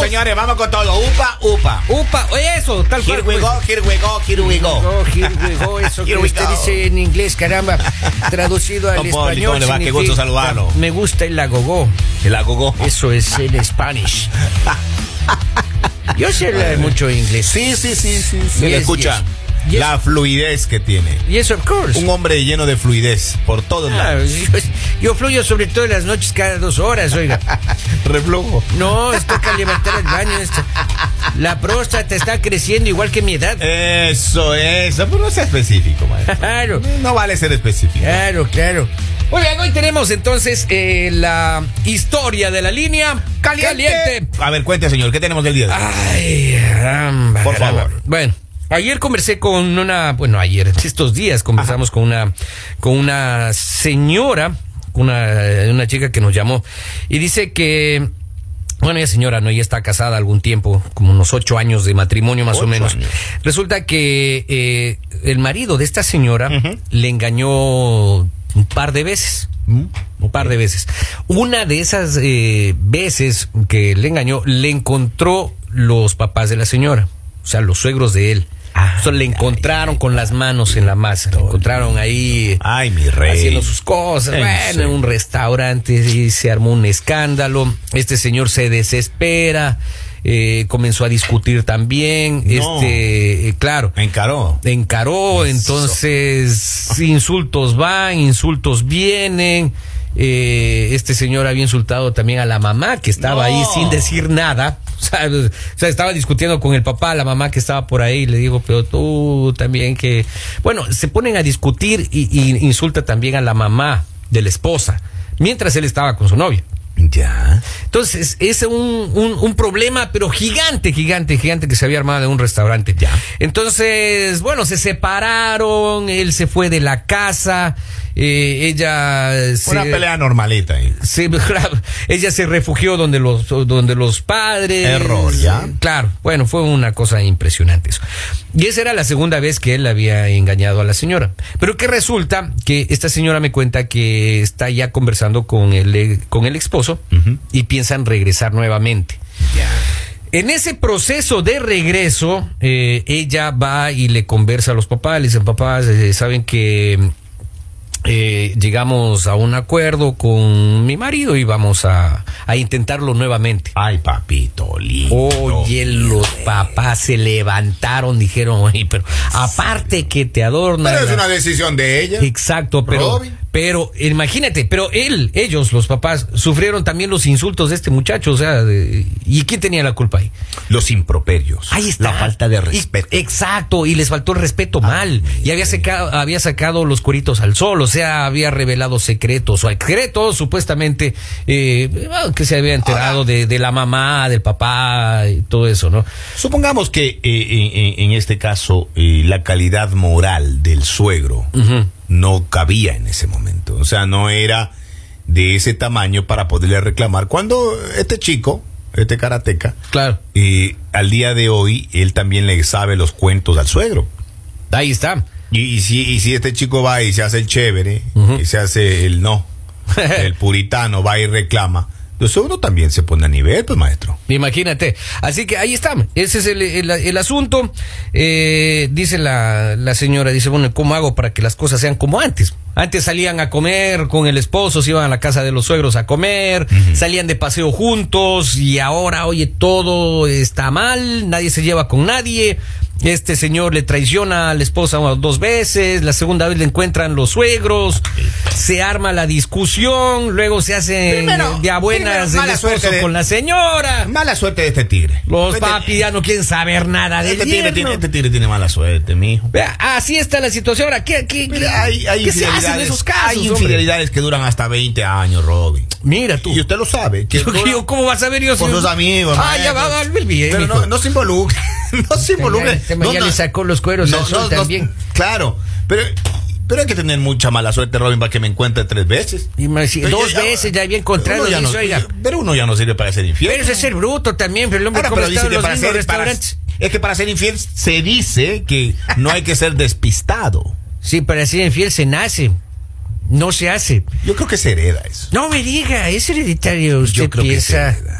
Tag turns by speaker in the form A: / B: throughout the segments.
A: señores, vamos con todo. Upa, upa.
B: Upa, oye, eso, tal
A: Here we
B: cual. pues.
A: go, here we go, here we go.
B: Oh, here we go, eso que
A: Here we
B: usted
A: go.
B: dice en inglés, caramba. Traducido al
A: Don Poli,
B: español.
A: ¿cómo le va? Qué
B: significa,
A: gusto saludarlo.
B: Me gusta el agogó.
A: El agogó.
B: Eso es en Spanish. Yo sé hablar mucho inglés.
A: Sí, sí, sí, sí. Se le
B: Yes,
A: escucha
B: yes.
A: la fluidez que tiene.
B: Yes, of course.
A: Un hombre lleno de fluidez por todos
B: Ah,
A: lados.
B: yo, yo fluyo sobre todo en las noches cada dos horas, oiga.
A: Reflujo.
B: No, esto que levantar el baño. esto- La próstata está creciendo igual que mi edad.
A: Eso, eso. Pero no sea específico, maestro.
B: Claro.
A: No vale ser específico.
B: Claro, claro. Muy bien, hoy tenemos entonces eh, la historia de la línea caliente.
A: A ver, cuente, señor, ¿qué tenemos del día de hoy?
B: Ay, caramba,
A: Por
B: caramba.
A: favor.
B: Bueno. Ayer conversé con una, bueno, ayer, estos días conversamos con una, con una señora, una, una chica que nos llamó y dice que, bueno, ella señora, ¿no? Ella está casada algún tiempo, como unos ocho años de matrimonio más o
A: Ocho
B: menos.
A: años.
B: Resulta que eh, el marido de esta señora le engañó un par de veces.
A: Mm,
B: Un par de veces. Una de esas eh, veces que le engañó, le encontró los papás de la señora, o sea, los suegros de él.
A: Ah,
B: Entonces, le encontraron con las manos en la masa, le encontraron ahí
A: Ay, mi Ah, rey.
B: haciendo sus cosas,
A: En
B: bueno, en
A: serio.
B: un restaurante y se armó un escándalo. Este señor se desespera, eh, comenzó a discutir también,
A: No.
B: este, eh, claro.
A: Encaró.
B: Encaró, entonces insultos van, insultos vienen. Eh, este señor había insultado también a la mamá que estaba ahí
A: No.
B: sin decir nada. O sea, o sea, estaba discutiendo con el papá, la mamá que estaba por ahí, le digo, pero tú también que... Bueno, se ponen a discutir y, y insulta también a la mamá de la esposa, mientras él estaba con su novia.
A: Ya.
B: Entonces, es un, un- un problema, pero gigante, gigante, gigante que se había armado en un restaurante.
A: Ya.
B: Entonces, bueno, se separaron, él se fue de la casa, eh, ella se,
A: Una pelea normalita ¿eh? ahí.
B: se- ella se refugió donde los, donde los padres.
A: Error, ya.
B: Claro, bueno, fue una cosa impresionante eso. Y esa era la segunda vez que él había engañado a la señora. Pero que resulta que esta señora me cuenta que está ya conversando con el, eh, con el esposo
A: Ujú.
B: y piensan regresar nuevamente. En ese proceso de regreso, eh, ella va y le conversa a los papás, le dicen, papás, eh, saben que eh, llegamos a un acuerdo con mi marido y vamos a, a intentarlo nuevamente.
A: Ay, papito lindo.
B: Oye, los papás se levantaron, dijeron, oye, pero aparte que te adornan.
A: Pero es
B: la-
A: una decisión de ella.
B: Exacto, pero,
A: Robin.
B: pero imagínate, pero él, ellos, los papás, sufrieron también los insultos de este muchacho, o sea, de- ¿y quién tenía la culpa ahí?
A: Los improperios.
B: Ahí está.
A: La falta de
B: Y-
A: respeto.
B: exacto, y les faltó el respeto mal. Y había sacado, había sacado los cueritos al sol, o sea, había revelado secretos o secretos, supuestamente, eh, bueno, que se había enterado de, de la mamá, del papá, y todo eso, ¿no?
A: Supongamos que eh, en- en, en este caso eh, la calidad moral del suegro no cabía en ese momento. O sea, no era de ese tamaño para poderle reclamar. Cuando este chico, este karateca,
B: Claro.
A: eh, al día de hoy, él también le sabe los cuentos al suegro.
B: Ahí está.
A: Y, y si, y si este chico va y se hace el chévere,
B: Ujú.
A: y se hace el no, el puritano, va y reclama, entonces uno también se pone a nivel, pues maestro.
B: Imagínate. Así que ahí está. Ese es el, el- el asunto. Eh, dice la, la señora, dice, bueno, ¿cómo hago para que las cosas sean como antes? Antes salían a comer con el esposo, se iban a la casa de los suegros a comer, salían de paseo juntos y ahora, oye, todo está mal, nadie se lleva con nadie. Este señor le traiciona a la esposa dos veces, la segunda vez le encuentran los suegros, se arma la discusión, luego se hacen
A: Primero-
B: de abuenas
A: primero
B: el
A: mala
B: esposo
A: suerte de-
B: con la señora.
A: Mala suerte de este tigre.
B: Los
A: Este-
B: papi ya no quieren saber nada del
A: Este tigre, tiene,
B: yerno.
A: este tigre tiene mala suerte, mijo.
B: Vea, así está la situación. Ahora, ¿qué, qué,
A: Mira,
B: qué-
A: hay, hay
B: qué se hace en
A: infidelidades-
B: esos casos?
A: hay
B: hombre?
A: infidelidades que duran hasta 20 años, Robin.
B: Mira tú.
A: Y usted lo sabe. Que
B: Yo- yo, ¿Cómo vas a ver yo? si-
A: con sus amigos.
B: Ah, ya
A: maestro.
B: va, va, el bien,
A: Pero
B: hijo.
A: no, no se involucre. No se involucre.
B: Este man
A: No,
B: ya
A: no.
B: le sacó los cueros al sol también.
A: claro, pero, pero hay que tener mucha mala suerte, Robin, para que me encuentre tres veces.
B: Imagínate,
A: Pero
B: dos
A: ya- ya-
B: veces ya había encontrado.
A: uno ya
B: dice,
A: no-
B: oiga,
A: Pero uno ya no sirve para ser infiel.
B: pero ese es ser bruto también, pero el hombre
A: Ahora,
B: cómo
A: pero
B: está
A: dice
B: en
A: que
B: los
A: para
B: mismos
A: ser, para-
B: restaurantes.
A: es que para ser infiel se dice que no hay que ser despistado.
B: Sí, para ser infiel se nace, no se hace.
A: Yo creo que se hereda eso.
B: No me diga, es hereditario. Usted
A: creo que
B: piensa.
A: sí, ¿verdad?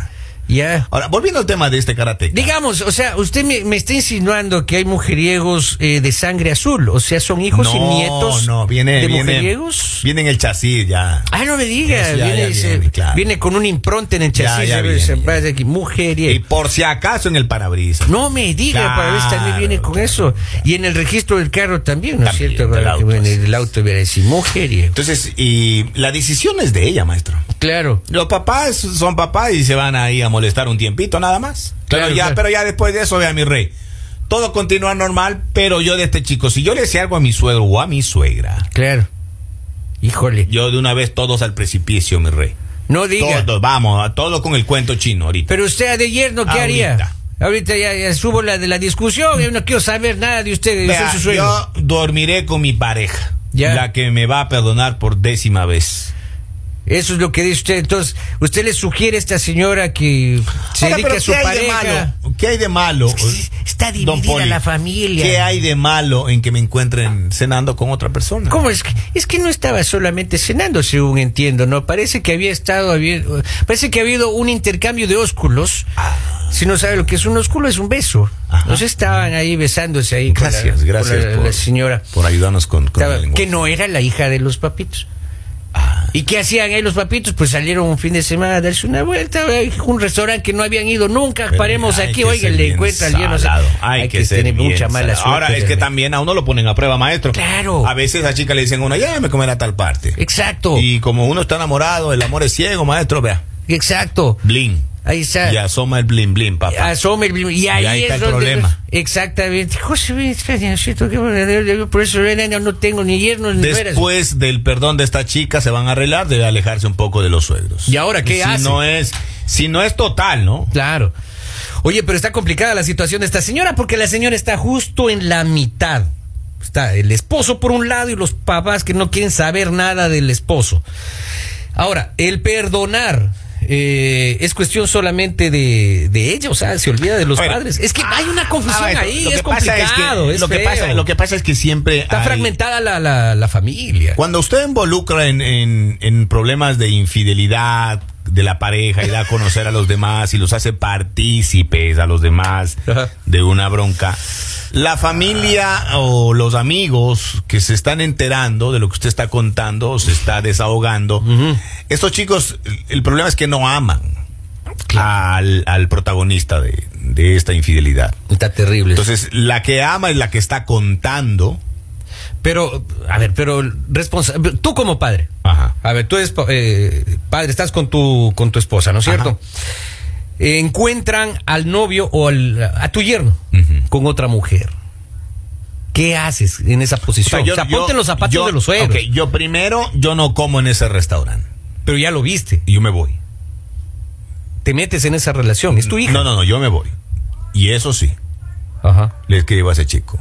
B: Ya.
A: Ahora, volviendo al tema de este karate.
B: Digamos, o sea, usted me, me está insinuando que hay mujeriegos eh, de sangre azul, o sea, son hijos y nietos
A: no, viene,
B: de
A: viene,
B: mujeriegos.
A: Viene en el chasis ya.
B: Ah, no me digas,
A: Eso ya-
B: viene,
A: ya
B: dice-
A: viene, claro.
B: viene con una impronta en el
A: Ya,
B: chasis,
A: ya
B: se ve-
A: viene,
B: se
A: ya.
B: parece aquí, mujeriego.
A: Y por si acaso en el parabrisas.
B: No me diga,
A: Claro,
B: para ver si también viene con
A: claro,
B: eso. Y en el registro del carro también, ¿no es
A: También,
B: cierto?
A: del
B: Para que,
A: auto,
B: bueno,
A: sí,
B: el
A: sí.
B: auto viene así, mujeriego.
A: Entonces, y la decisión es de ella, maestro.
B: Claro.
A: Los papás son papás y se van ahí a molestar un tiempito nada más.
B: Claro,
A: pero, ya,
B: claro.
A: pero ya después de eso, vea mi rey. Todo continúa normal, pero yo de este chico, si yo le hacía algo a mi suegro o a mi suegra,
B: Claro. Híjole.
A: yo de una vez todos al precipicio, mi rey.
B: No diga.
A: Todos, vamos, a todos con el cuento chino ahorita.
B: Pero usted de yerno, ¿qué haría?
A: Ahorita.
B: Ahorita ya, ya subo la de la discusión. Yo no quiero saber nada de usted. Yo
A: Vea,
B: soy su suegro.
A: yo dormiré con mi pareja,
B: Ya.
A: la que me va a perdonar por décima vez.
B: Eso es lo que dice usted. Entonces, usted le sugiere a esta señora que se
A: Ahora,
B: dedique
A: pero
B: a su
A: ¿qué hay de
B: pareja.
A: malo? ¿Qué hay de malo?
B: Está
A: Don Poli, ¿Qué hay de malo en que me encuentren cenando con otra persona?
B: ¿Cómo es que, es que no estaba solamente cenando, según entiendo, ¿no? Parece que había estado, había- parece que ha habido un intercambio de ósculos.
A: Ah.
B: Si no sabe lo que es un ósculo, es un beso.
A: Ajá.
B: Entonces estaban ahí besándose ahí. con la-
A: Gracias,
B: con
A: gracias
B: la-
A: por,
B: la señora.
A: por ayudarnos con, con
B: Estaba-
A: el lenguaje.
B: que no era la hija de los papitos.
A: Ah,
B: ¿Y qué hacían ahí los papitos? Pues salieron un fin de semana a darse una vuelta, eh, un restaurante que no habían ido nunca,
A: pero
B: paremos
A: hay
B: aquí,
A: que
B: oigan,
A: ser
B: le
A: bien
B: encuentran lleno. o sea,
A: salado. Hay, que, ser
B: tener
A: bien
B: mucha mala
A: salado.
B: suerte.
A: Ahora es que
B: realmente.
A: también a uno lo ponen a prueba, maestro.
B: Claro.
A: A veces a chica le dicen a uno, llévame a comer a tal parte.
B: Exacto,
A: Y como uno está enamorado, el amor es ciego, maestro, vea.
B: exacto.
A: Blin.
B: Ahí está.
A: Y asoma el blin blin, papá.
B: Asome el blim- y ahí,
A: ahí está
B: es
A: el
B: donde-
A: problema.
B: Exactamente. José, ve, espérate, no siento que- yo por eso ven, no- no tengo ni yernos ni nueras.
A: Después del perdón de esta chica se van a arreglar, debe alejarse un poco de los suegros.
B: ¿Y ahora qué
A: si
B: hace?
A: No es, si no es total, ¿no?
B: Claro. Oye, pero está complicada la situación de esta señora porque la señora está justo en la mitad. Está el esposo por un lado y los papás que no quieren saber nada del esposo. Ahora, el perdonar eh, es cuestión solamente de, de ella, o sea, se olvida de los
A: A ver,
B: padres. Es que hay una
A: a
B: confusión
A: ver,
B: ahí,
A: ah, lo que
B: es
A: pasa es que-
B: complicado. es
A: lo, que
B: feo.
A: pasa, lo que pasa es que siempre
B: Está
A: hay-
B: fragmentada la, la- la familia.
A: Cuando usted involucra en, en- en problemas de infidelidad de la pareja y da a conocer a los demás y los hace partícipes a los demás
B: Ajá.
A: de una bronca, la familia o los amigos que se están enterando de lo que usted está contando, o se está desahogando, estos chicos, el- el problema es que no aman al, al protagonista de- de esta infidelidad.
B: Está terrible.
A: Entonces, la que ama es la que está contando.
B: pero, a ver, pero responsa- tú como padre,
A: Ajá.
B: A ver, tú eres pa- eh, padre, estás con tu, con tu esposa, ¿no es
A: Ajá.
B: cierto? Eh, encuentran al novio o al- a tu yerno
A: Ujú.
B: con otra mujer. ¿Qué haces en esa posición? O sea, ponte en los zapatos
A: yo-
B: de los suegros.
A: ok, yo primero, yo no como en ese restaurante.
B: Pero ya lo viste,
A: Yo me voy.
B: te metes en esa relación, es tu hija.
A: No, no, no, yo me voy. Y eso sí,
B: Ajá.
A: le escribo a ese chico.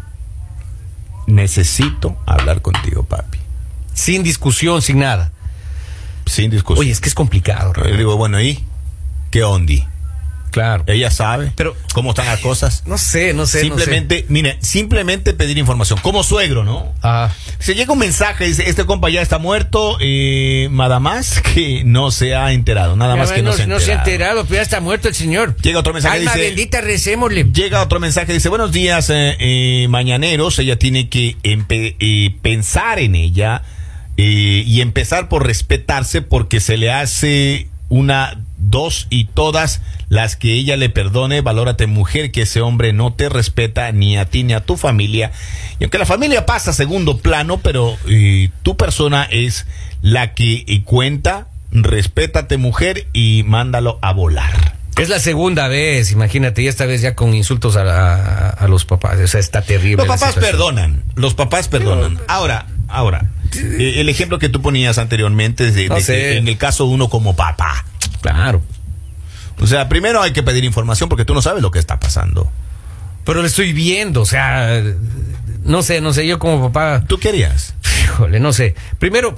A: Necesito hablar contigo, papi.
B: Sin discusión, sin nada.
A: Sin discusión.
B: Oye, es que es complicado.
A: Yo le digo, bueno, ¿y qué ondi?
B: Claro.
A: Ella sabe
B: Pero-
A: cómo están las cosas.
B: No sé, no sé. no sé.
A: simplemente, mire, simplemente pedir información. Como suegro, ¿no?
B: Ah,
A: Se llega un mensaje, dice, este compa ya está muerto, eh, nada más que no se ha enterado, nada más
B: ya
A: que no,
B: no,
A: se ha
B: no se ha
A: enterado.
B: enterado, pero ya está muerto el señor.
A: Llega otro mensaje,
B: Alma
A: dice-
B: bendita, recémosle.
A: Llega otro mensaje, dice, buenos días, eh, eh, mañaneros, ella tiene que empe- eh, pensar en ella eh, y empezar por respetarse porque se le hace una, dos y todas las que ella le perdone, valórate mujer, que ese hombre no te respeta ni a ti ni a tu familia. Y aunque la familia pasa a segundo plano, pero eh, tu persona es la que eh, cuenta, respétate mujer y mándalo a volar.
B: Es la segunda vez, imagínate, y esta vez ya con insultos a, a- a los papás. O sea, está terrible.
A: Los
B: la
A: papás
B: situación.
A: perdonan, los papás perdonan. Ahora, ahora, eh, el ejemplo que tú ponías anteriormente de- de
B: No
A: que
B: sé.
A: en el caso de uno como papá.
B: Claro.
A: O sea, primero hay que pedir información porque tú no sabes lo que está pasando.
B: Pero le estoy viendo, o sea, no sé, no sé, yo como papá,
A: ¿Tú querías?
B: híjole, no sé. Primero,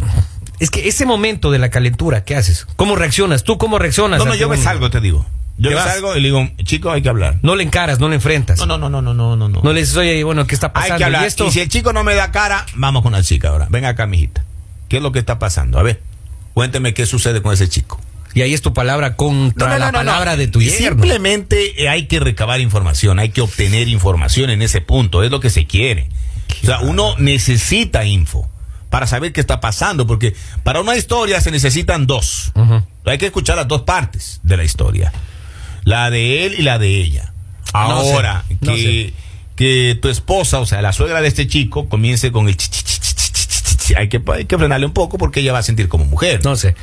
B: es que ese momento de la calentura, ¿qué haces? ¿Cómo reaccionas? ¿Tú cómo reaccionas?
A: No, no,
B: ante
A: yo me
B: un-
A: salgo, te digo. Yo
B: ¿Te
A: me
B: vas?
A: salgo y le digo, chico, hay que hablar.
B: No le encaras, no le enfrentas.
A: No, no, no, no, no, no, no.
B: No le dices, oye, bueno, ¿qué está pasando?
A: Hay que hablar.
B: ¿Y
A: ¿Y,
B: esto?
A: si el chico no me da cara, vamos con la chica ahora. Ven acá, mijita. ¿Qué es lo que está pasando? A ver, cuénteme qué sucede con ese chico.
B: Y ahí es tu palabra contra la palabra de tu yerno.
A: Simplemente eh, hay que recabar información, hay que obtener información en ese punto, es lo que se quiere. O sea, uno necesita info para saber qué está pasando, porque para una historia se necesitan dos.
B: Ujú.
A: Hay que escuchar las dos partes de la historia, la de él y la de ella. Ahora,
B: sé,
A: que,
B: no sé.
A: que tu esposa, o sea, la suegra de este chico, comience con el... chi, chi, chi, chi, chi, chi, chi, Hay que, hay que frenarle un poco porque ella va a sentir como mujer.
B: No sé.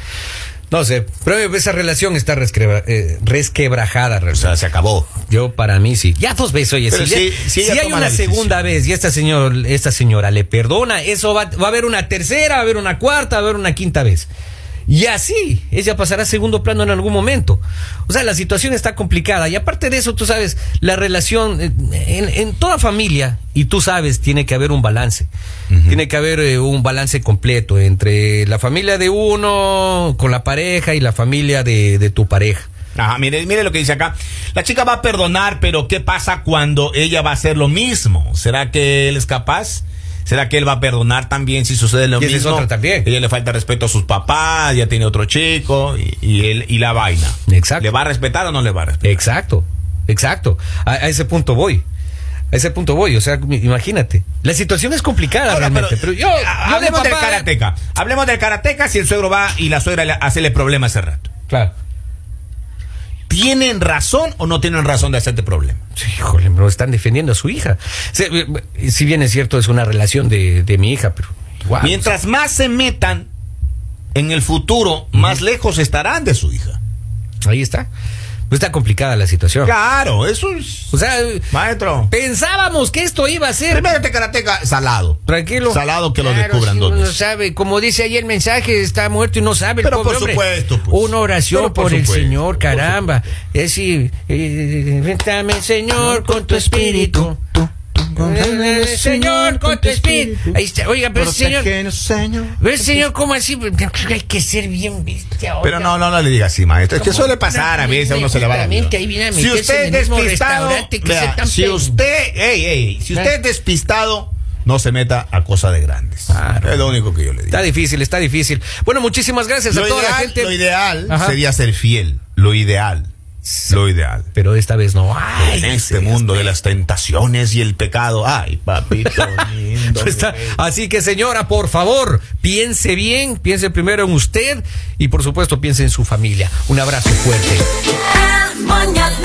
B: No sé. Pero esa relación está resquebra- eh, resquebrajada.
A: O
B: realmente.
A: sea, se acabó.
B: Yo para mí sí. Ya dos veces, oye.
A: Pero
B: Si,
A: si-
B: ya-
A: si ella
B: si hay
A: toma
B: una
A: la decisión.
B: segunda vez y esta, señor, esta señora le perdona, eso va, va a haber una tercera, va a haber una cuarta, va a haber una quinta vez. Y así, ella pasará a segundo plano en algún momento. O sea, la situación está complicada. Y aparte de eso, tú sabes, la relación eh, en, en toda familia, y tú sabes, tiene que haber un balance. Tiene que haber eh, un balance completo entre la familia de uno, con la pareja, y la familia de, de tu pareja.
A: Ajá, mire, mire lo que dice acá. La chica va a perdonar, pero ¿qué pasa cuando ella va a hacer lo mismo? ¿Será que él es capaz? ¿Será que él va a perdonar también si sucede lo
B: Y esa
A: mismo?
B: es otra también.
A: Ella le falta respeto a sus papás, ya tiene otro chico y, y él y la vaina.
B: Exacto.
A: ¿Le va a respetar o no le va a respetar?
B: Exacto, exacto. A, a ese punto voy. A ese punto voy, o sea, mi- imagínate. La situación es complicada
A: Ahora,
B: realmente, pero, yo,
A: ha-
B: yo de
A: hablemos del
B: papá-
A: karateca. Hablemos del karateca si el suegro va y la suegra le hacerle problema hace rato.
B: Claro.
A: ¿Tienen razón o no tienen razón de hacerte problema?
B: Sí, híjole, pero están defendiendo a su hija. Se- si bien es cierto, es una relación de, de mi hija, pero igual, o
A: Mientras más se metan en el futuro, más lejos estarán de su hija.
B: sea, ahí está. Pues está complicada la situación.
A: Claro, eso es.
B: O sea, eh,
A: Maestro.
B: pensábamos que esto iba a ser
A: Primero te karateca salado.
B: tranquilo.
A: Salado que lo
B: Claro,
A: descubran
B: si
A: dos
B: Uno
A: veces.
B: sabe, como dice ahí el mensaje, está muerto y no sabe. el
A: Pero
B: pobre
A: por
B: hombre.
A: supuesto, pues.
B: Una oración
A: Pero
B: por,
A: por
B: el
A: supuesto,
B: Señor,
A: por
B: caramba. Es decir, eh, enfréntame, Señor, con tu espíritu. Eh, Señor, con tu espíritu. Ahí está. Oiga, pero ese señor, pero ese señor, ¿cómo así? Hay que ser bien bestia. oiga.
A: Pero no, no, no le diga así, maestro. Es que
B: Como
A: suele pasar
B: una
A: a veces, a uno se le va la
B: también
A: vida.
B: que ahí viene a
A: Si
B: meterse
A: usted es
B: en el mismo
A: despistado,
B: restaurante, que
A: vea,
B: sea tan
A: si
B: pedo.
A: usted, ey, ey, si usted
B: Ah.
A: es despistado, no se meta a cosa de grandes. Es lo único que yo le digo.
B: Está difícil, está difícil. Bueno, muchísimas gracias
A: Lo
B: a toda
A: ideal,
B: la gente.
A: lo ideal
B: Ajá.
A: sería ser fiel. Lo ideal. Lo ideal.
B: Pero esta vez no. Ay,
A: en este
B: sí,
A: mundo de las tentaciones y el pecado. Ay, papito lindo.
B: Pues está. Así que señora, por favor, piense bien, piense primero en usted y por supuesto piense en su familia. Un abrazo fuerte.
C: El mañanero